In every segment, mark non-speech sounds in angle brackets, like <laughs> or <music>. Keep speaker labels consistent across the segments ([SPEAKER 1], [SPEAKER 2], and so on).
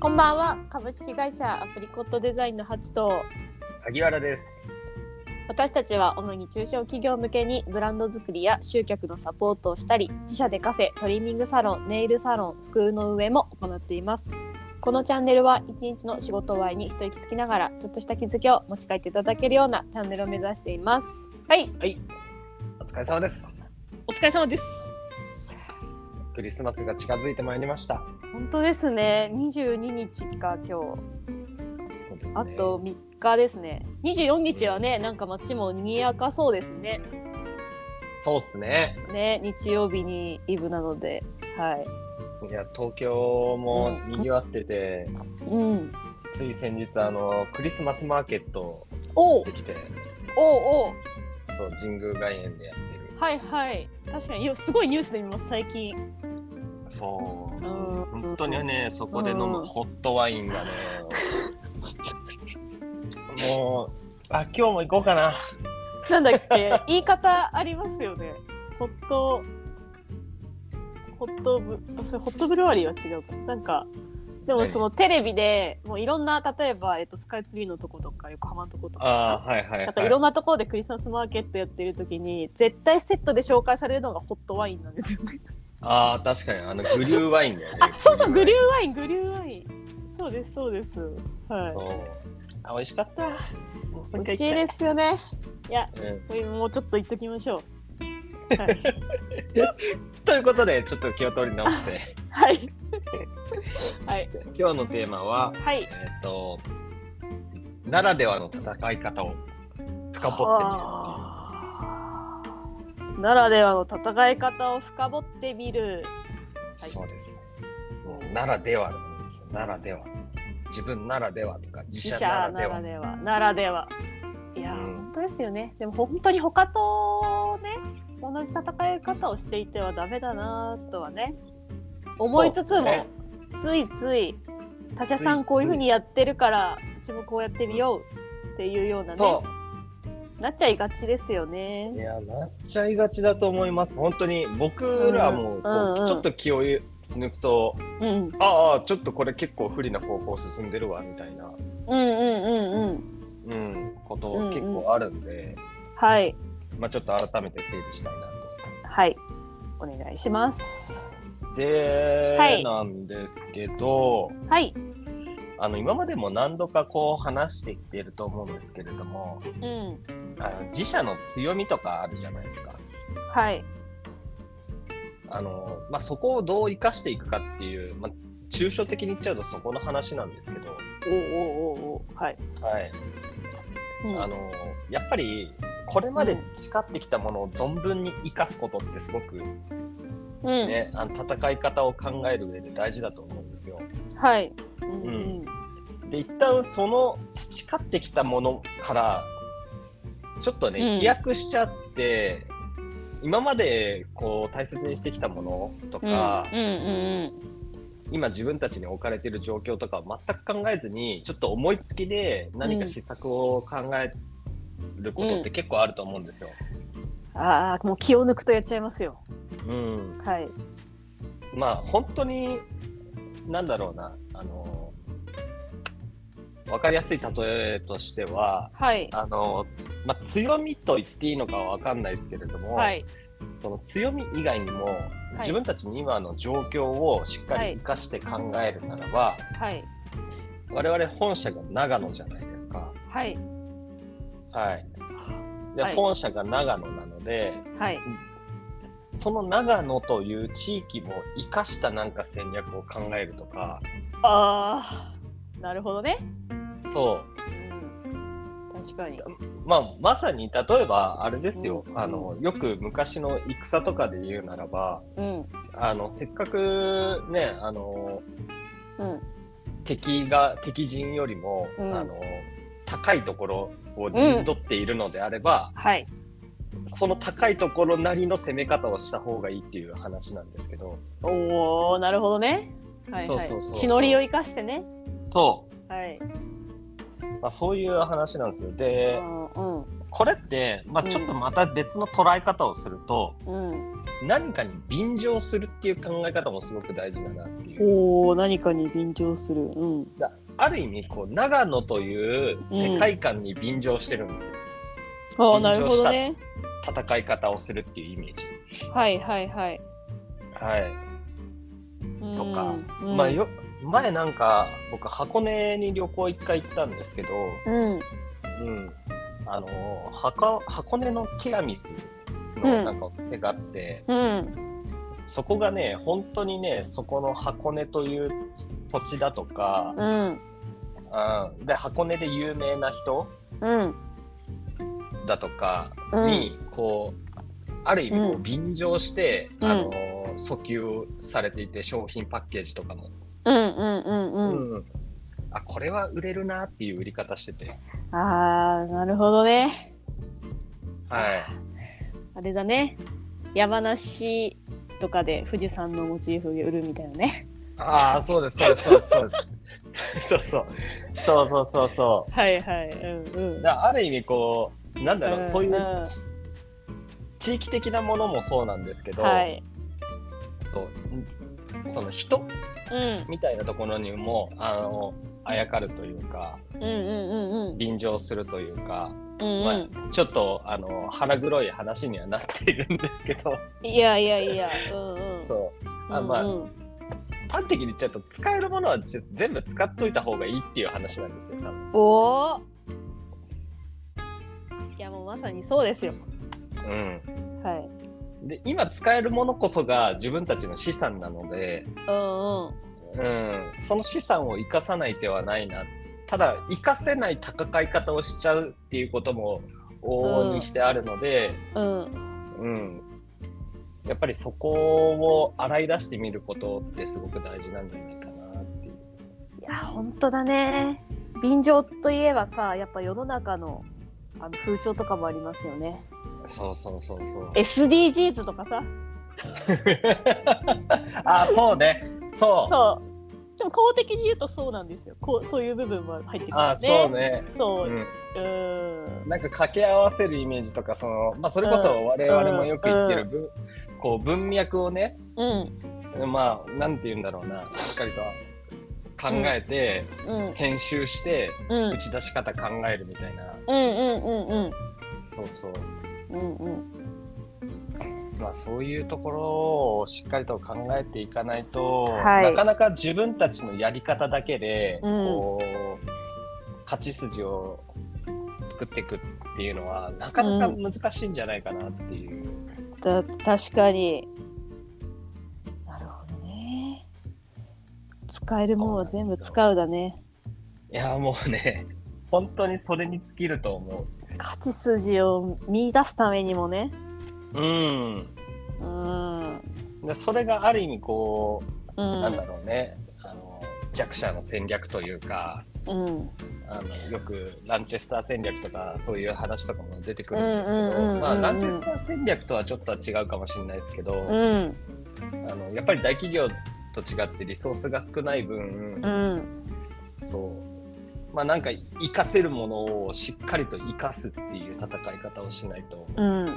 [SPEAKER 1] こんばんは株式会社アプリコットデザインのハチと
[SPEAKER 2] 萩原です。
[SPEAKER 1] 私たちは主に中小企業向けにブランド作りや集客のサポートをしたり自社でカフェトリミングサロンネイルサロンスクールの運営も行っていますこのチャンネルは一日の仕事終わりに一息つきながらちょっとした気づきを持ち帰っていただけるようなチャンネルを目指していますはい
[SPEAKER 2] はい。お疲れ様です。
[SPEAKER 1] お疲れ様です
[SPEAKER 2] クリスマスが近づいてまいりました。
[SPEAKER 1] 本当ですね22日か今日
[SPEAKER 2] そうですね。
[SPEAKER 1] あと3日ですね24日はねなんか街も賑やかそうですね
[SPEAKER 2] そうっすね。
[SPEAKER 1] ね日曜日にイブなのではい
[SPEAKER 2] いや東京も賑わってて、
[SPEAKER 1] うん
[SPEAKER 2] つい先日あのクリスマスマーケット
[SPEAKER 1] おう
[SPEAKER 2] できて、
[SPEAKER 1] おうおう
[SPEAKER 2] そう神宮外苑でやってる。
[SPEAKER 1] はいはい確かにいやすごいニュースで見ます最近
[SPEAKER 2] そう。
[SPEAKER 1] うん
[SPEAKER 2] 本当にねそこ
[SPEAKER 1] で
[SPEAKER 2] で
[SPEAKER 1] 飲
[SPEAKER 2] 飲
[SPEAKER 1] む
[SPEAKER 2] むホットワイ
[SPEAKER 1] <laughs>
[SPEAKER 2] ンがね、もうあ今日も行こうかな。
[SPEAKER 1] なんだっけ言い方ありますよねホットホットブあそれホットブルワリーは違うかなんかでもそのテレビでもういろんな例えば、えっと、スカイツリーのとことか横浜のとことか
[SPEAKER 2] あーはいはい
[SPEAKER 1] なん
[SPEAKER 2] は
[SPEAKER 1] か
[SPEAKER 2] い。
[SPEAKER 1] いろんなところでクリスマスマーケットやってる時に絶対セットで紹介されるのがホットワインなんですよね。。
[SPEAKER 2] ああ確かにあのグリューワインだよね
[SPEAKER 1] あ <laughs> そうそうグリュ
[SPEAKER 2] ー
[SPEAKER 1] ーワイングリューワインそうですそうですは
[SPEAKER 2] そう。あ美味しかった。もう
[SPEAKER 1] い
[SPEAKER 2] 一
[SPEAKER 1] 美
[SPEAKER 2] 回
[SPEAKER 1] 味
[SPEAKER 2] 行き
[SPEAKER 1] したいですよね
[SPEAKER 2] うん
[SPEAKER 1] もうもうちょっと言っときましょうはい
[SPEAKER 2] ということでちょっと気を取り直して <laughs>
[SPEAKER 1] <laughs> はいはい
[SPEAKER 2] 今日のテーマは
[SPEAKER 1] はい
[SPEAKER 2] えっとならではの戦い方を深掘ってみる
[SPEAKER 1] あーならではの戦い方を深掘ってみるはい
[SPEAKER 2] そうですもうならではなんですよならでは自分ならではとか自社ならでは
[SPEAKER 1] ではならではいやー、
[SPEAKER 2] うん
[SPEAKER 1] 本当ですよねでも本当に他とね同じ戦い方をしていてはダメだなとはね思いつつも、
[SPEAKER 2] そうですね
[SPEAKER 1] ついつい他社さ
[SPEAKER 2] つい
[SPEAKER 1] ん
[SPEAKER 2] つい
[SPEAKER 1] こういうふうにやってるからうちもこうやってみようっていうようなね
[SPEAKER 2] そ
[SPEAKER 1] なっちゃいがちですよ
[SPEAKER 2] うい
[SPEAKER 1] ね。
[SPEAKER 2] やなっちゃいがちだと思います本当に僕らもこう、
[SPEAKER 1] うんうん
[SPEAKER 2] ちょっと気を抜くと
[SPEAKER 1] うん
[SPEAKER 2] ああちょっとこれ結構不利な方向進んでるわみたいな、
[SPEAKER 1] うんうんうんうん
[SPEAKER 2] うん、こと結構あるんで、
[SPEAKER 1] はい
[SPEAKER 2] まあ、ちょっと改めて整理したいなと。
[SPEAKER 1] はいお願いします。
[SPEAKER 2] で、
[SPEAKER 1] はい
[SPEAKER 2] なんですけど
[SPEAKER 1] はい。
[SPEAKER 2] あの今までも何度かこう話してきてると思うんですけれども
[SPEAKER 1] うん
[SPEAKER 2] あの自社の強みとかあるじゃないですか。
[SPEAKER 1] はい
[SPEAKER 2] あのまあ、そこをどう生かしていくかっていう、まあ、抽象的に言っちゃうとそこの話なんですけど、
[SPEAKER 1] おおおおおはい。
[SPEAKER 2] はい
[SPEAKER 1] うん
[SPEAKER 2] あのやっぱりこれまで培ってきたものを存分に生かすことってすごく、
[SPEAKER 1] うん
[SPEAKER 2] ねあの戦い方を考える上で大事だと思うんですよ。
[SPEAKER 1] はい。うん
[SPEAKER 2] で一旦その培ってきたものからちょっとね、
[SPEAKER 1] うん
[SPEAKER 2] 飛躍しちゃって今までこう大切にしてきたものとか、
[SPEAKER 1] うんうん
[SPEAKER 2] 今自分たちに置かれてる状況とかを全く考えずにちょっと思いつきで何か施策を考えることって結構あると思うんですよ。
[SPEAKER 1] うん。ああ、もう気を抜くとやっちゃいますよ。
[SPEAKER 2] うん
[SPEAKER 1] はい。
[SPEAKER 2] まあ本当になんだろうなあの分かりやすい例えとしては
[SPEAKER 1] はい。
[SPEAKER 2] あの、まあ、強みと言っていいのかは分かんないですけれども、
[SPEAKER 1] はい。
[SPEAKER 2] その強み以外にも、
[SPEAKER 1] い
[SPEAKER 2] 自分たちに今の状況をしっか
[SPEAKER 1] はい
[SPEAKER 2] り生かして考えるならば、
[SPEAKER 1] はい。
[SPEAKER 2] 我々本社が長野じゃないですか。
[SPEAKER 1] はい。
[SPEAKER 2] はい。で、
[SPEAKER 1] はい
[SPEAKER 2] 本社が長野なので、
[SPEAKER 1] はい。
[SPEAKER 2] その長野という地域も生かしたなんか戦略を考えるとか、
[SPEAKER 1] ああ、なるほどね。
[SPEAKER 2] そう、
[SPEAKER 1] うん。確かに。
[SPEAKER 2] まあ、まさに例えばあれですよ、あのよく昔の戦とかで言うならば
[SPEAKER 1] うん。
[SPEAKER 2] あのせっかくねあの
[SPEAKER 1] うん。
[SPEAKER 2] 敵が敵陣よりも、
[SPEAKER 1] うん
[SPEAKER 2] あの高いところを陣取っているのであれば、
[SPEAKER 1] はい。
[SPEAKER 2] その高いところなりの攻め方をした方がいいっていう話なんですけど
[SPEAKER 1] おお、なるほどね。はい。
[SPEAKER 2] そう
[SPEAKER 1] は
[SPEAKER 2] そうそう
[SPEAKER 1] い。血のりを生かしてね。
[SPEAKER 2] そ
[SPEAKER 1] はい。
[SPEAKER 2] う、まあ、そういう話なんですよで
[SPEAKER 1] うん。うん
[SPEAKER 2] これって、まあ、
[SPEAKER 1] うん
[SPEAKER 2] ちょっとまた別の捉え方をすると、
[SPEAKER 1] うん、
[SPEAKER 2] 何かに便乗するっていう考え方もすごく大事だなっていう。
[SPEAKER 1] おー何かに便乗する、うん、
[SPEAKER 2] ある意味こう長野という世界観に便乗してるんですよ、
[SPEAKER 1] ああ
[SPEAKER 2] 便乗
[SPEAKER 1] なるほどね
[SPEAKER 2] 戦い方をするっていうイメージ。
[SPEAKER 1] はいはいはい
[SPEAKER 2] はいとか
[SPEAKER 1] うんうん
[SPEAKER 2] まあ、よ前なんか僕箱根に旅行一回行ったんですけど、
[SPEAKER 1] うん
[SPEAKER 2] うん、あの箱箱根のティラミス
[SPEAKER 1] う
[SPEAKER 2] の
[SPEAKER 1] ん
[SPEAKER 2] なんかお店があって、
[SPEAKER 1] うん
[SPEAKER 2] そこがね本当にねそこの箱根という土地だとか、
[SPEAKER 1] うん
[SPEAKER 2] うん、で箱根で有名な人
[SPEAKER 1] うん
[SPEAKER 2] だとか
[SPEAKER 1] うん
[SPEAKER 2] に、こうある意味こ
[SPEAKER 1] う
[SPEAKER 2] う便乗して、
[SPEAKER 1] うん
[SPEAKER 2] あの訴求されていて商品パッケージとかも、
[SPEAKER 1] うんうんうんうん、
[SPEAKER 2] うんあこれは売れるなっていう売り方してて。
[SPEAKER 1] ああなるほどね
[SPEAKER 2] はい
[SPEAKER 1] あれだね山梨とかで富士山のモチーフで売るみたいなね
[SPEAKER 2] ああ、そうです、そうです、そうです、そうです。 <laughs> そうそう。そうそうそうそ
[SPEAKER 1] はいはいうん
[SPEAKER 2] う。だからある意味、こう、なんだろ
[SPEAKER 1] うん
[SPEAKER 2] う、そういう
[SPEAKER 1] うん
[SPEAKER 2] ち地域的なものもそうなんですけ
[SPEAKER 1] うん
[SPEAKER 2] ど、
[SPEAKER 1] はい
[SPEAKER 2] そうその人
[SPEAKER 1] うん
[SPEAKER 2] みたいなところにも、あの、あやかるというか、
[SPEAKER 1] うんうんうん
[SPEAKER 2] 便乗するというか、
[SPEAKER 1] うんうん、
[SPEAKER 2] まあ、ちょっと、あの、腹黒い話にはなっているんですけど、
[SPEAKER 1] いやいやいやうんうん
[SPEAKER 2] そう。
[SPEAKER 1] う
[SPEAKER 2] あ
[SPEAKER 1] ん
[SPEAKER 2] まあ
[SPEAKER 1] うん
[SPEAKER 2] 端的に言っちゃうと、使えるものはじ全部使っといた方がいいっていう話なんですよ、多分。
[SPEAKER 1] おおいやもうまさにそうですよ
[SPEAKER 2] うん。
[SPEAKER 1] はい
[SPEAKER 2] で今使えるものこそが自分たちの資産なので、
[SPEAKER 1] うんうん
[SPEAKER 2] うん、その資産を生かさない手はないなただ生かせない戦い方をしちゃうっていうことも往々にしてあるので、
[SPEAKER 1] うん
[SPEAKER 2] うんやっぱりそこを洗い出してみることってすごく大事なんじゃないかなっていう。
[SPEAKER 1] いや本当だね便乗といえばさやっぱ世の中のあの風潮とかもありますよね
[SPEAKER 2] そうそうそうそう。
[SPEAKER 1] SDGs とかさ
[SPEAKER 2] <laughs> あそうねそう。
[SPEAKER 1] そう。でも公的に言うとそうなんですよ。こうそういう部分は入ってくる
[SPEAKER 2] あそう。ね。
[SPEAKER 1] そうう。うんん。
[SPEAKER 2] なんか掛け合わせるイメージとかその、まあ、それこそ我々もよく言ってるぶ、こう文脈をね
[SPEAKER 1] うん。
[SPEAKER 2] まあなんて言うんだろうなしっかりと考えて、
[SPEAKER 1] うん。
[SPEAKER 2] 編集して
[SPEAKER 1] うん。
[SPEAKER 2] 打ち出し方考えるみたいな、
[SPEAKER 1] うん。うん。うん。
[SPEAKER 2] そうそう
[SPEAKER 1] うん。うん。
[SPEAKER 2] まあそういうところをしっかりと考えていかないと、
[SPEAKER 1] はい
[SPEAKER 2] なかなか自分たちのやり方だけで、
[SPEAKER 1] うん
[SPEAKER 2] こう勝ち筋を作っていくっていうのはなかなか難しいんじゃないかなっていう。
[SPEAKER 1] だ確かに。なるほどね。使えるものは全部使うだね。
[SPEAKER 2] いやもうね本当にそれに尽きると思
[SPEAKER 1] 勝ち筋を見出すためにもね。
[SPEAKER 2] ううん
[SPEAKER 1] うん。
[SPEAKER 2] でそれがある意味こ
[SPEAKER 1] う
[SPEAKER 2] う、なんだ
[SPEAKER 1] ん。
[SPEAKER 2] ろうねあの弱者の戦略というか
[SPEAKER 1] うん。
[SPEAKER 2] あのよくランチェスター戦略とかそういう話とかも出てくるんですけ
[SPEAKER 1] うんうんうんうんう
[SPEAKER 2] ど
[SPEAKER 1] ん
[SPEAKER 2] まあランチェスター戦略とはちょっとは違うかもしれないですけど、
[SPEAKER 1] うん。
[SPEAKER 2] あのやっぱり大企業と違ってリソースが少ない分、
[SPEAKER 1] うん。
[SPEAKER 2] そうまあなんか生かせるものをしっかりと生かすっていう戦い方をしないと、
[SPEAKER 1] うん。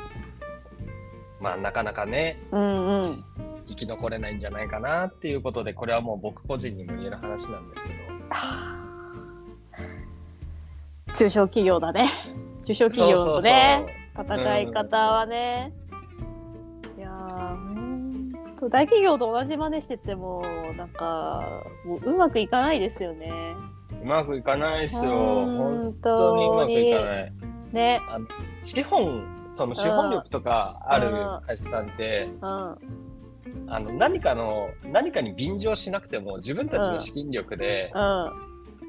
[SPEAKER 2] まあなかなかね
[SPEAKER 1] うん。うん。
[SPEAKER 2] 生き残れないんじゃないかなっていうことでこれはもう僕個人にも言える話なんですけ
[SPEAKER 1] 中小企業だ
[SPEAKER 2] <laughs>
[SPEAKER 1] ね。中小
[SPEAKER 2] ど
[SPEAKER 1] 企業
[SPEAKER 2] そう
[SPEAKER 1] の
[SPEAKER 2] そう
[SPEAKER 1] ね。
[SPEAKER 2] そ
[SPEAKER 1] 戦い方はね、いやーほんと大企業と同じ真似しててもなんかもううまくいかないですよね。
[SPEAKER 2] ううまくいかないですよ本
[SPEAKER 1] 本
[SPEAKER 2] 当
[SPEAKER 1] 当
[SPEAKER 2] に
[SPEAKER 1] に
[SPEAKER 2] うまくいかない
[SPEAKER 1] ね、
[SPEAKER 2] 資本その資本力とかある会社さんって
[SPEAKER 1] うん、
[SPEAKER 2] あの何かの何かに便乗しなくても自分たちの資金力で
[SPEAKER 1] う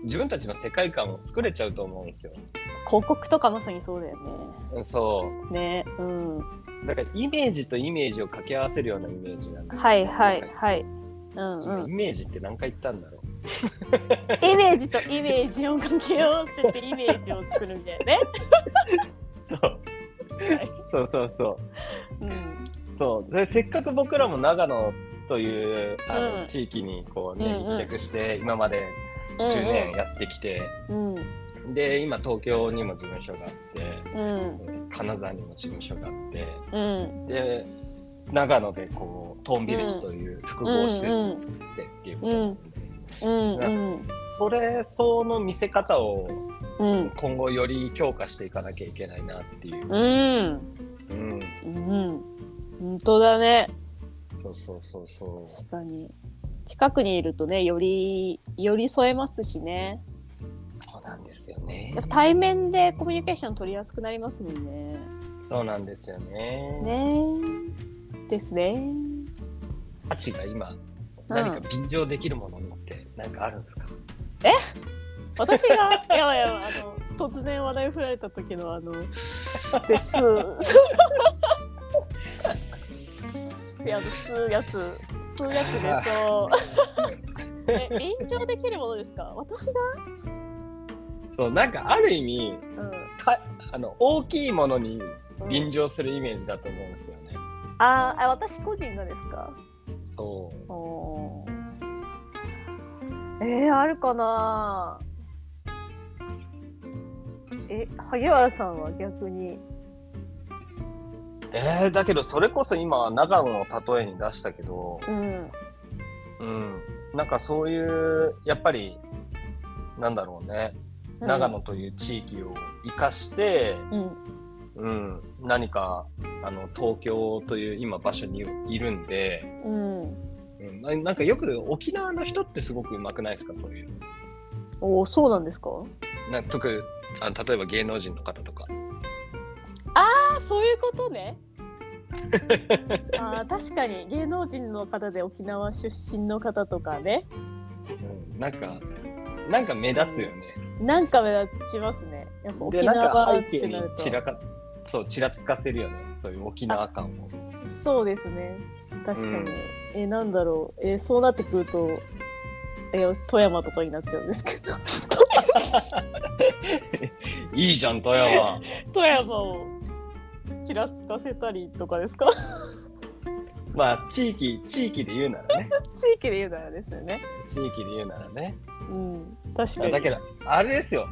[SPEAKER 1] ん、
[SPEAKER 2] 自分たちの世界観を作れちゃうと思うんですよ
[SPEAKER 1] 広告とかまさにそうだよ
[SPEAKER 2] うんそう
[SPEAKER 1] ね。ね、うん、
[SPEAKER 2] だからイメージとイメージを掛け合わせるようなイメージなんですよ
[SPEAKER 1] はいはいはい。うんうん、
[SPEAKER 2] イメージって何回言ったんだろう
[SPEAKER 1] イメージとイメージを掛け合わせてイメージを作るみたいな
[SPEAKER 2] <laughs>
[SPEAKER 1] ね。
[SPEAKER 2] そう
[SPEAKER 1] はい
[SPEAKER 2] そうそうそう
[SPEAKER 1] うん
[SPEAKER 2] そうでせっかく僕らも長野というあの、
[SPEAKER 1] うん
[SPEAKER 2] 地域にこうね、
[SPEAKER 1] うんうん
[SPEAKER 2] 密着して今まで
[SPEAKER 1] うん
[SPEAKER 2] 10年やってきて、
[SPEAKER 1] うん
[SPEAKER 2] で今東京にも事務所があって
[SPEAKER 1] うん
[SPEAKER 2] 金沢にも事務所があって
[SPEAKER 1] うん
[SPEAKER 2] で長野でこうトンビル市という複合施設を作ってっていうことなん
[SPEAKER 1] う
[SPEAKER 2] で、
[SPEAKER 1] ん
[SPEAKER 2] だからそそれその見せ方を
[SPEAKER 1] うん
[SPEAKER 2] 今後より強化していかなきゃいけないなっていう、
[SPEAKER 1] うん
[SPEAKER 2] うん、
[SPEAKER 1] うん本当だね
[SPEAKER 2] そうそうそうそ
[SPEAKER 1] 確かに近くにいるとねより寄り添えますしね
[SPEAKER 2] うそうなんですよね
[SPEAKER 1] やっぱ対面でコミュニケーション取りやすくなりますもんね
[SPEAKER 2] そうなんですよね
[SPEAKER 1] ねえですね
[SPEAKER 2] ハチが今何か便乗できるものって何かあるんですか、
[SPEAKER 1] 私がいやいやあの突然話題を振られた時のあのですいやあの吸うやつ吸うやつでそうえ便乗できるものですか私が
[SPEAKER 2] そうなんかある意味
[SPEAKER 1] うん
[SPEAKER 2] かあの大きいものに
[SPEAKER 1] うん
[SPEAKER 2] 便乗するイメージだと思うんですよね、
[SPEAKER 1] あーあ私個人がですか
[SPEAKER 2] そう
[SPEAKER 1] おえー、あるかなえ萩原さんは逆に
[SPEAKER 2] えーだけどそれこそ今長野の例えに出したけど
[SPEAKER 1] うん
[SPEAKER 2] うんなんかそういうやっぱりなんだろうね長野という地域を生かして、
[SPEAKER 1] うん
[SPEAKER 2] うん、何かあの東京という今場所にいるんで、
[SPEAKER 1] うん
[SPEAKER 2] うん、ななんかよく沖縄の人ってすごくうまくないですかそういう
[SPEAKER 1] おーそうなんですか
[SPEAKER 2] な特にあの例えば芸能人の方とか
[SPEAKER 1] あそういうことね <laughs> あー確かに芸能人の方で沖縄出身の方とかね
[SPEAKER 2] うんなんか、なんか目立つよね。
[SPEAKER 1] なんか目立ちますねやっぱ
[SPEAKER 2] で、
[SPEAKER 1] 沖
[SPEAKER 2] なんか
[SPEAKER 1] 縄
[SPEAKER 2] 背
[SPEAKER 1] って
[SPEAKER 2] 景に
[SPEAKER 1] なると
[SPEAKER 2] 散らか、そう、ちらつかせるよね。そういう沖縄感を。
[SPEAKER 1] そうですね。確かに。
[SPEAKER 2] うん
[SPEAKER 1] え、なんだろう。えそうなってくると、え富山とかになっちゃうんですけど。 <laughs>
[SPEAKER 2] いいじゃん、富山。
[SPEAKER 1] 富山をちらつかせたりとかです
[SPEAKER 2] <laughs>
[SPEAKER 1] か
[SPEAKER 2] <laughs> まあ、地域、地域で言うならね。
[SPEAKER 1] 地域で言うならですよね。
[SPEAKER 2] 地域で言うな
[SPEAKER 1] <laughs>
[SPEAKER 2] らね。
[SPEAKER 1] うん。確か
[SPEAKER 2] あ
[SPEAKER 1] に。
[SPEAKER 2] だけど、あれですよ。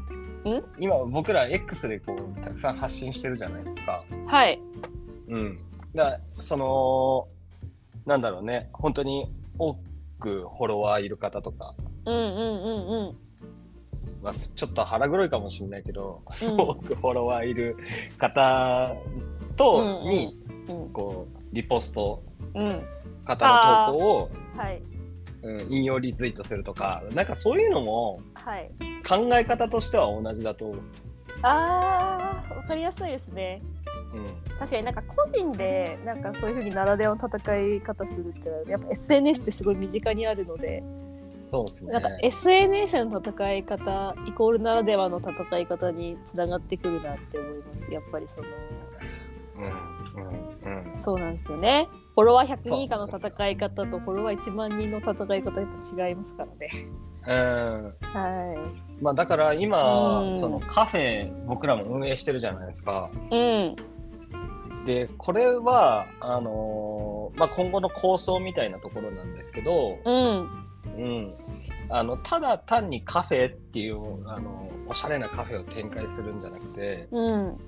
[SPEAKER 2] 今、僕ら X でこう、たくさん発信してるじゃないですか。
[SPEAKER 1] はい。
[SPEAKER 2] うん。だからその、なんだろうね。本当に多くフォロワーいる方とか、
[SPEAKER 1] うんうんうんうん。
[SPEAKER 2] まあ、すちょっと腹黒いかもしれないけど、
[SPEAKER 1] うん
[SPEAKER 2] 多くフォロワーいる方と、
[SPEAKER 1] うん
[SPEAKER 2] に
[SPEAKER 1] うん
[SPEAKER 2] こうリポスト
[SPEAKER 1] うん。
[SPEAKER 2] 方の投稿を、
[SPEAKER 1] はい。
[SPEAKER 2] うん、引用リツイートするとかなんかそういうのも
[SPEAKER 1] はい。
[SPEAKER 2] 考え方としては同じだと思う、
[SPEAKER 1] あー、わかりやすいですね。確かになんか個人でなんかそういうふうにならではの戦い方するっていうのはやっぱ SNS ってすごい身近にあるので
[SPEAKER 2] うん、そうですね
[SPEAKER 1] なんか SNS の戦い方イコールならではの戦い方につながってくるなって思いますやっぱりその
[SPEAKER 2] うんうんうん
[SPEAKER 1] そうなんですよねフォロワー100
[SPEAKER 2] そう
[SPEAKER 1] 人以下の戦い方とフォロワー1万人の戦い方やっぱ違いますからね
[SPEAKER 2] うん
[SPEAKER 1] は
[SPEAKER 2] まあ、だから今、
[SPEAKER 1] うん
[SPEAKER 2] そのカフェ僕らも運営してるじゃないですか
[SPEAKER 1] いうん
[SPEAKER 2] でこれはあのーまあ、今後の構想みたいなところなんですけど、
[SPEAKER 1] うん
[SPEAKER 2] うん、あのただ単にカフェっていうあのおしゃれなカフェを展開するんじゃなくて
[SPEAKER 1] うん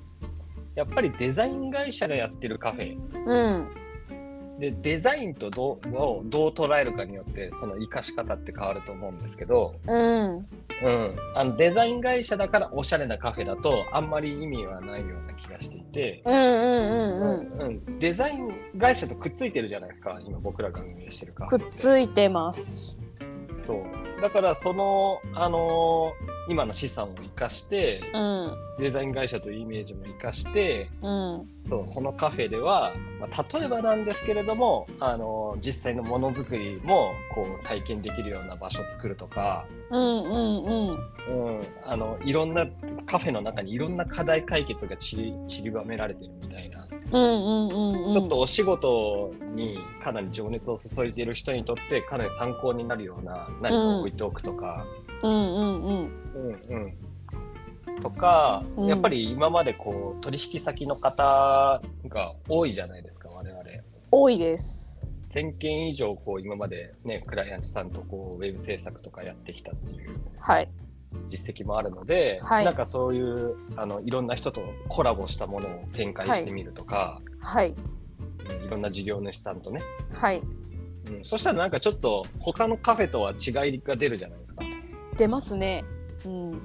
[SPEAKER 2] やっぱりデザイン会社がやってるカフェ
[SPEAKER 1] うん
[SPEAKER 2] でデザインとどうをどう捉えるかによってその生かし方って変わると思うんですけど、
[SPEAKER 1] うん
[SPEAKER 2] うん、あのデザイン会社だからおしゃれなカフェだとあんまり意味はないような気がしていて、
[SPEAKER 1] うんうんうんうん
[SPEAKER 2] うんデザイン会社とくっついてるじゃないですか今僕らが運営してるカフ
[SPEAKER 1] く
[SPEAKER 2] ェ
[SPEAKER 1] っついてます
[SPEAKER 2] そうだからその、あのー今の資産を生かして
[SPEAKER 1] うん
[SPEAKER 2] デザイン会社というイメージも生かして
[SPEAKER 1] うん
[SPEAKER 2] そうそのカフェでは、まあ、例えばなんですけれども、あの実際のものづくりもこう体験できるような場所を作るとか、
[SPEAKER 1] うんうんうん
[SPEAKER 2] うん、あのいろんなカフェの中にいろんな課題解決がちり散りばめられてるみたいな、
[SPEAKER 1] うんうんうん
[SPEAKER 2] ちょっとお仕事にかなり情熱を注いでいる人にとってかなり参考になるような何かを置いておくとか。
[SPEAKER 1] うんうんうん
[SPEAKER 2] うんうん、とか、
[SPEAKER 1] うん
[SPEAKER 2] やっぱり今までこう取引先の方が多いじゃないですか我々。
[SPEAKER 1] 多いです
[SPEAKER 2] 1000件以上こう今までねクライアントさんとこうウェブ制作とかやってきたっていう
[SPEAKER 1] はい
[SPEAKER 2] 実績もあるので、
[SPEAKER 1] はい
[SPEAKER 2] なんかそういうあのいろんな人とコラボしたものを展開してみるとか、
[SPEAKER 1] はい
[SPEAKER 2] うんいろんな事業主さんとね、
[SPEAKER 1] はい
[SPEAKER 2] うん、そしたらなんかちょっと他のカフェとは違いが出るじゃないですか
[SPEAKER 1] 出ますねうんうん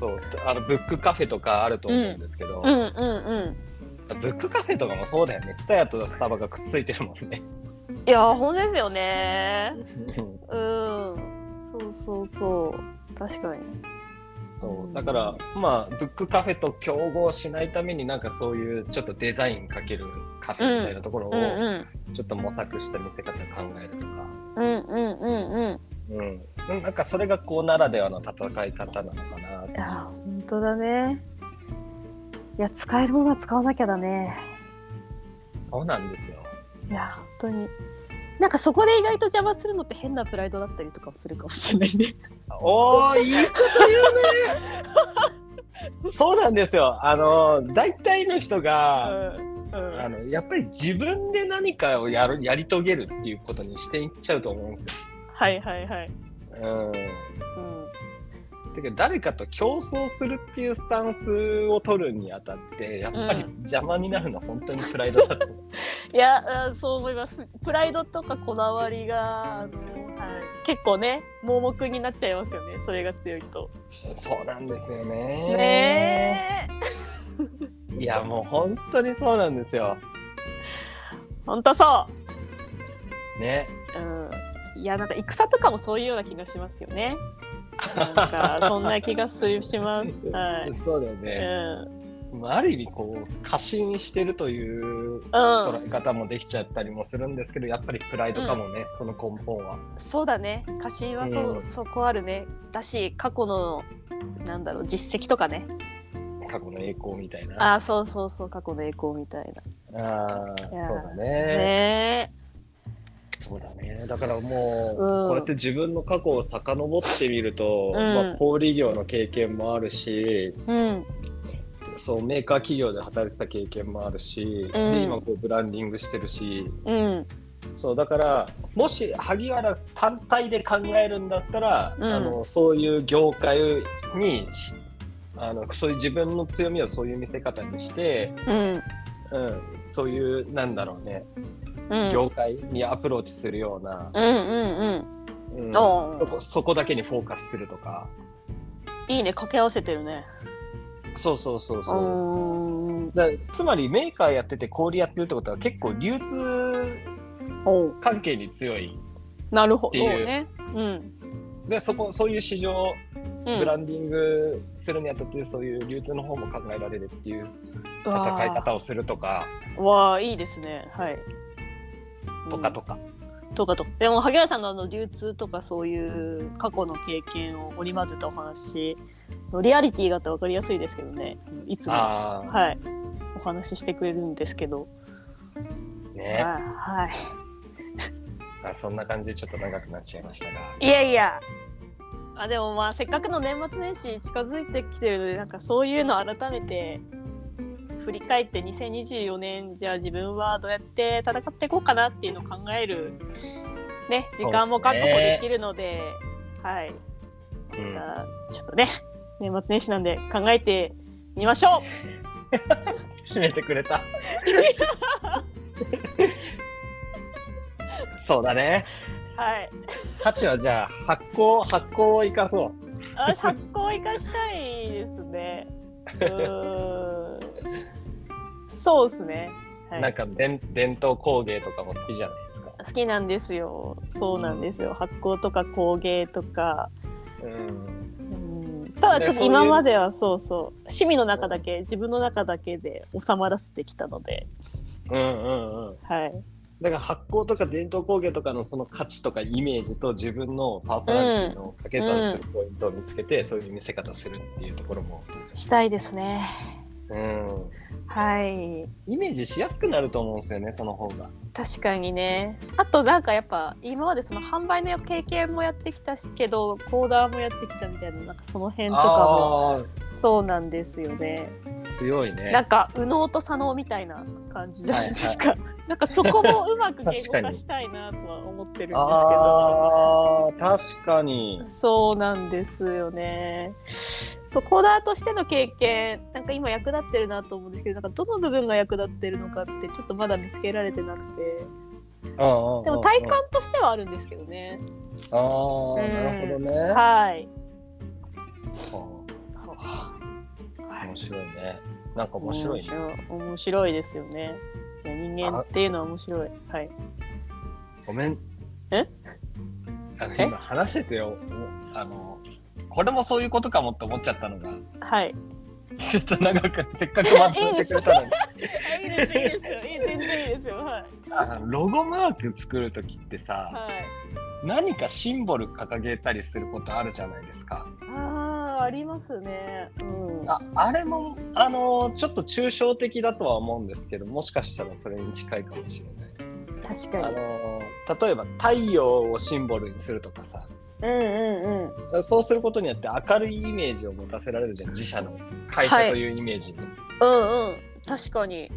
[SPEAKER 2] そうあのブックカフェとかあると思うんですけど、
[SPEAKER 1] うんうん
[SPEAKER 2] ブックカフェとかもそうだよね TSUTAYA とスタバがくっついてるもんね
[SPEAKER 1] いやー本当ですよね
[SPEAKER 2] うん
[SPEAKER 1] うんそうそうそう確かに
[SPEAKER 2] そうだからまあブックカフェと競合しないためになんかそういうちょっとデザインかけるカフェみたいなところ
[SPEAKER 1] うん
[SPEAKER 2] を
[SPEAKER 1] うん
[SPEAKER 2] ちょっと模索した見せ方考えるとか、
[SPEAKER 1] うんうんうんうん
[SPEAKER 2] うんなんかそれがこうならではの戦い方なのかなって
[SPEAKER 1] いやー本当だねいや使えるものは使わなきゃだね
[SPEAKER 2] そうなんですよ
[SPEAKER 1] いやー本当になんかそこで意外と邪魔するのって変なプライドだったりとかもするかもしれないね
[SPEAKER 2] おー、いいこと言うね。そうなんですよ。あの、大体の人が、あの、やっぱり自分で何かをやる、やり遂げるっていうことにしていっちゃうと思うんです
[SPEAKER 1] はいはいはい、
[SPEAKER 2] よ。
[SPEAKER 1] うん、
[SPEAKER 2] うん。てか、誰かと競争するっていうスタンスを取るにあたって、やっぱり
[SPEAKER 1] うん
[SPEAKER 2] 邪魔になるのは本当にプライドだと。
[SPEAKER 1] いやうんそう思いますプライドとかこだわりがあの、はい、結構ね盲目になっちゃいますよねそれが強いと
[SPEAKER 2] そうなんですよね。
[SPEAKER 1] ねえ
[SPEAKER 2] いや、もう本当にそうなんですよ。
[SPEAKER 1] ほんとそ
[SPEAKER 2] ね。
[SPEAKER 1] う、うん、いやなんか戦とかもそういうような気がしますよねなんかそんな気がするしますはい、
[SPEAKER 2] そうだよね。
[SPEAKER 1] うん
[SPEAKER 2] まあ、ある意味こう過信してるという
[SPEAKER 1] うん、
[SPEAKER 2] 捉え方もできちゃったりもするんですけどやっぱりプライドかもね、その根本は。
[SPEAKER 1] そうだね過信はそ,、
[SPEAKER 2] うん
[SPEAKER 1] そこあるねだし過去のなんだろう実績とかね
[SPEAKER 2] 過去の栄光みたいな。あ
[SPEAKER 1] ああそうそうそう過去の栄光みたいな
[SPEAKER 2] あー
[SPEAKER 1] いやー
[SPEAKER 2] そうだね
[SPEAKER 1] ね
[SPEAKER 2] そうだねだからもう、
[SPEAKER 1] うん
[SPEAKER 2] こうやって自分の過去を遡ってみる
[SPEAKER 1] うん
[SPEAKER 2] と、まあ、小売業の経験もあるし
[SPEAKER 1] えうん
[SPEAKER 2] そうメーカー企業で働いてた経験もあるし、
[SPEAKER 1] うん
[SPEAKER 2] で今こうブランディングしてるし
[SPEAKER 1] うん
[SPEAKER 2] そうだからもし萩原単体で考えるんだったら、
[SPEAKER 1] うん
[SPEAKER 2] あのそういう業界にしあのそういう自分の強みをそういう見せ方にして、
[SPEAKER 1] うん
[SPEAKER 2] うん、そういうなんだろうね、
[SPEAKER 1] うん
[SPEAKER 2] 業界にアプローチするような、
[SPEAKER 1] うんうんうん
[SPEAKER 2] うん
[SPEAKER 1] おう
[SPEAKER 2] そこそこだけにフォーカスするとか
[SPEAKER 1] いいね掛け合わせてるね
[SPEAKER 2] そうそうそう
[SPEAKER 1] う
[SPEAKER 2] そう。
[SPEAKER 1] ーん
[SPEAKER 2] だつまりメーカーやってて氷やってるってことは結構流通
[SPEAKER 1] おう
[SPEAKER 2] 関係に強い
[SPEAKER 1] なるほ
[SPEAKER 2] って
[SPEAKER 1] ど
[SPEAKER 2] いう
[SPEAKER 1] ねうん
[SPEAKER 2] でそこそういう市場
[SPEAKER 1] うん
[SPEAKER 2] ブランディングするにあたってそういう流通の方も考えられるっていう
[SPEAKER 1] うわー
[SPEAKER 2] 戦い方をするとか
[SPEAKER 1] わあいいですねはい
[SPEAKER 2] とかとか、
[SPEAKER 1] うんとかとかでも萩原さんのあの流通とかそういう過去の経験を織り交ぜたお話のリアリティがあって分かりやすいですけどねいつも
[SPEAKER 2] ああ、
[SPEAKER 1] はいお話ししてくれるんですけど
[SPEAKER 2] ね
[SPEAKER 1] あはい
[SPEAKER 2] あそんな感じでちょっと長くなっちゃいましたが
[SPEAKER 1] いやいや。あでもまあせっかくの年末年始近づいてきてるのでなんかそういうの改めて振り返って2024年じゃあ自分はどうやって戦っていこうかなっていうのを考えるね時間も確保できるのではい、
[SPEAKER 2] うん
[SPEAKER 1] じゃあちょっとね年末年始なんで考えてみましょ
[SPEAKER 2] 締めてく
[SPEAKER 1] <laughs>
[SPEAKER 2] れたそうだね
[SPEAKER 1] うはい
[SPEAKER 2] ハチはじゃあ発酵発酵を生かそう
[SPEAKER 1] あ発行生かしたいですねうーんそうですね、はい、
[SPEAKER 2] なんか伝伝統工芸とかも好きじゃないですか
[SPEAKER 1] 好きなんですよそうなんですよ、発酵とか工芸とか、
[SPEAKER 2] うん
[SPEAKER 1] うん、ただちょっ
[SPEAKER 2] ねそう
[SPEAKER 1] と
[SPEAKER 2] いう
[SPEAKER 1] 今まではそうそう趣味の中だけ自分の中だけで収まらせてきたので
[SPEAKER 2] うんうんうん
[SPEAKER 1] はい
[SPEAKER 2] だから発酵とか伝統工芸とかのその価値とかイメージと自分のパーソナリティの掛け算するポイントを見つけて、そういう見せ方するっていうところも、
[SPEAKER 1] したいですね
[SPEAKER 2] うん、
[SPEAKER 1] はい
[SPEAKER 2] イメージしやすくなると思うんですよねその方が。
[SPEAKER 1] 確かにねあとなんかやっぱ今までその販売の経験もやってきたしけどコーダーもやってきたみたいななんかその辺とか
[SPEAKER 2] あー
[SPEAKER 1] もそうなんですよね
[SPEAKER 2] 強いね。
[SPEAKER 1] なんか右脳と左脳みたいな感じじゃないですか、なんかそこもうまく言語化
[SPEAKER 2] 確かに
[SPEAKER 1] したいなとは思ってるんですけど。
[SPEAKER 2] あー確かに
[SPEAKER 1] そうなんですよね。そうコーダーとしての経験なんか今役立ってるなと思うんですけどなんかどの部分が役立ってるのかってちょっとまだ見つけられてなくて
[SPEAKER 2] でも
[SPEAKER 1] でも体感としてはあるんですけどね
[SPEAKER 2] ああ
[SPEAKER 1] うん
[SPEAKER 2] なるほどね
[SPEAKER 1] はい
[SPEAKER 2] あー面白いねなんか面白いね
[SPEAKER 1] 面白面白いですよねいや人間っていうのは面白いはい
[SPEAKER 2] ごめん
[SPEAKER 1] え
[SPEAKER 2] あの
[SPEAKER 1] え
[SPEAKER 2] 今話しててよあのこれもそういうことかもって思っちゃったのが
[SPEAKER 1] はい
[SPEAKER 2] ちょっと長くせっかくまとめてくれたのに
[SPEAKER 1] あ <laughs> いいですよいいですよいい全然いいですよはい
[SPEAKER 2] あのロゴマーク作る時ってさ
[SPEAKER 1] はい
[SPEAKER 2] 何かシンボル掲げたりすることあるじゃないですか
[SPEAKER 1] あーありますねうん
[SPEAKER 2] ああれもあのちょっと抽象的だとは思うんですけどもしかしたらそれに近いかもしれない
[SPEAKER 1] 確
[SPEAKER 2] あ
[SPEAKER 1] かに
[SPEAKER 2] の例えば太陽をシンボルにするとかさ
[SPEAKER 1] うんうんうん
[SPEAKER 2] そうすることによって明るいイメージを持たせられるじゃん自社の会社というイメージに、
[SPEAKER 1] うんうん確かに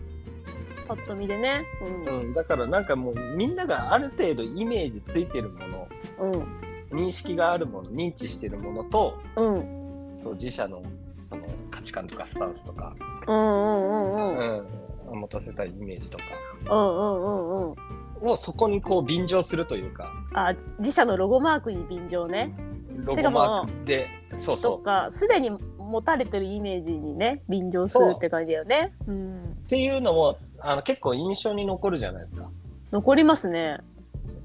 [SPEAKER 1] パッと見でねうん
[SPEAKER 2] うん、だからなんかもうみんながある程度イメージついてるもの
[SPEAKER 1] うん
[SPEAKER 2] 認識があるもの認知してるものと
[SPEAKER 1] うんうん
[SPEAKER 2] そう自社のその価値観とかスタンスとか、
[SPEAKER 1] うんう
[SPEAKER 2] うん
[SPEAKER 1] うん
[SPEAKER 2] ん、持たせたいイメージとか
[SPEAKER 1] うんうんうん
[SPEAKER 2] をそこにこう便乗するというか
[SPEAKER 1] あ自社のロゴマークに便乗ね
[SPEAKER 2] ロゴマークでそう
[SPEAKER 1] と
[SPEAKER 2] そう
[SPEAKER 1] かすでに持たれてるイメージにね便乗するって感じだよねうん
[SPEAKER 2] っていうのもあの結構印象に残るじゃないですか。
[SPEAKER 1] 残りますね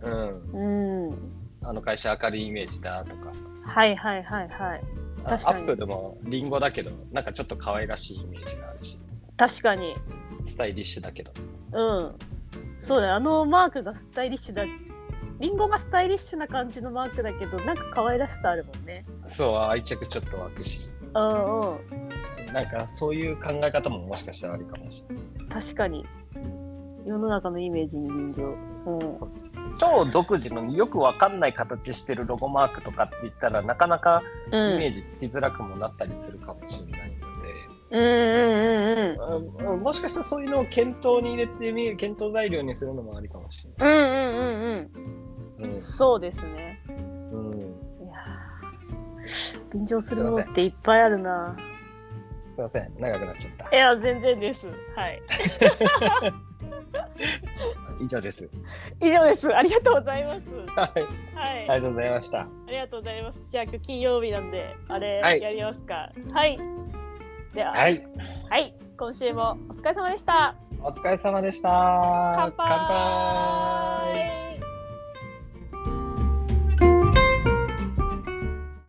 [SPEAKER 2] うん、
[SPEAKER 1] うん
[SPEAKER 2] あの会社明るいイメージだとか
[SPEAKER 1] はいはいはいはい
[SPEAKER 2] あ
[SPEAKER 1] 確かに
[SPEAKER 2] アップルもリンゴだけどなんかちょっと可愛らしいイメージがあるし
[SPEAKER 1] 確かに
[SPEAKER 2] スタイリッシュだけど
[SPEAKER 1] うんそうだよあのマークがスタイリッシュだリンゴがスタイリッシュな感じのマークだけどなんか可愛らしさあるもんね
[SPEAKER 2] そう愛着ちょっと湧くし
[SPEAKER 1] うんうん
[SPEAKER 2] なんかそういう考え方ももしかしたらありかもしれない
[SPEAKER 1] 確かに世の中のイメージに便乗うん
[SPEAKER 2] 超独自のよくわかんない形してるロゴマークとかって言ったらなかなか
[SPEAKER 1] う
[SPEAKER 2] イメ
[SPEAKER 1] ん
[SPEAKER 2] ージつきづらくもなったりするかもしれないので、
[SPEAKER 1] うんうんうん
[SPEAKER 2] あうんもしかしたらそういうのを検討に入れてみる検討材料にするのもありかもし
[SPEAKER 1] うんうんうんうん
[SPEAKER 2] れない。
[SPEAKER 1] そうですね
[SPEAKER 2] うんうん
[SPEAKER 1] いやー便乗するものっていっぱいあるな。
[SPEAKER 2] すいません長くなっちゃった
[SPEAKER 1] いや全然です。はい。
[SPEAKER 2] 以上です
[SPEAKER 1] 以上です。ありがとうございます。
[SPEAKER 2] はい
[SPEAKER 1] はい。
[SPEAKER 2] ありがとうございました
[SPEAKER 1] ありがとうございます。じゃあ今日金曜日なんであれ
[SPEAKER 2] はい
[SPEAKER 1] やりますか。はい。では、は、
[SPEAKER 2] はいい
[SPEAKER 1] 今週もお疲れ様でした。
[SPEAKER 2] お疲れ様でした
[SPEAKER 1] 乾杯。
[SPEAKER 2] 乾杯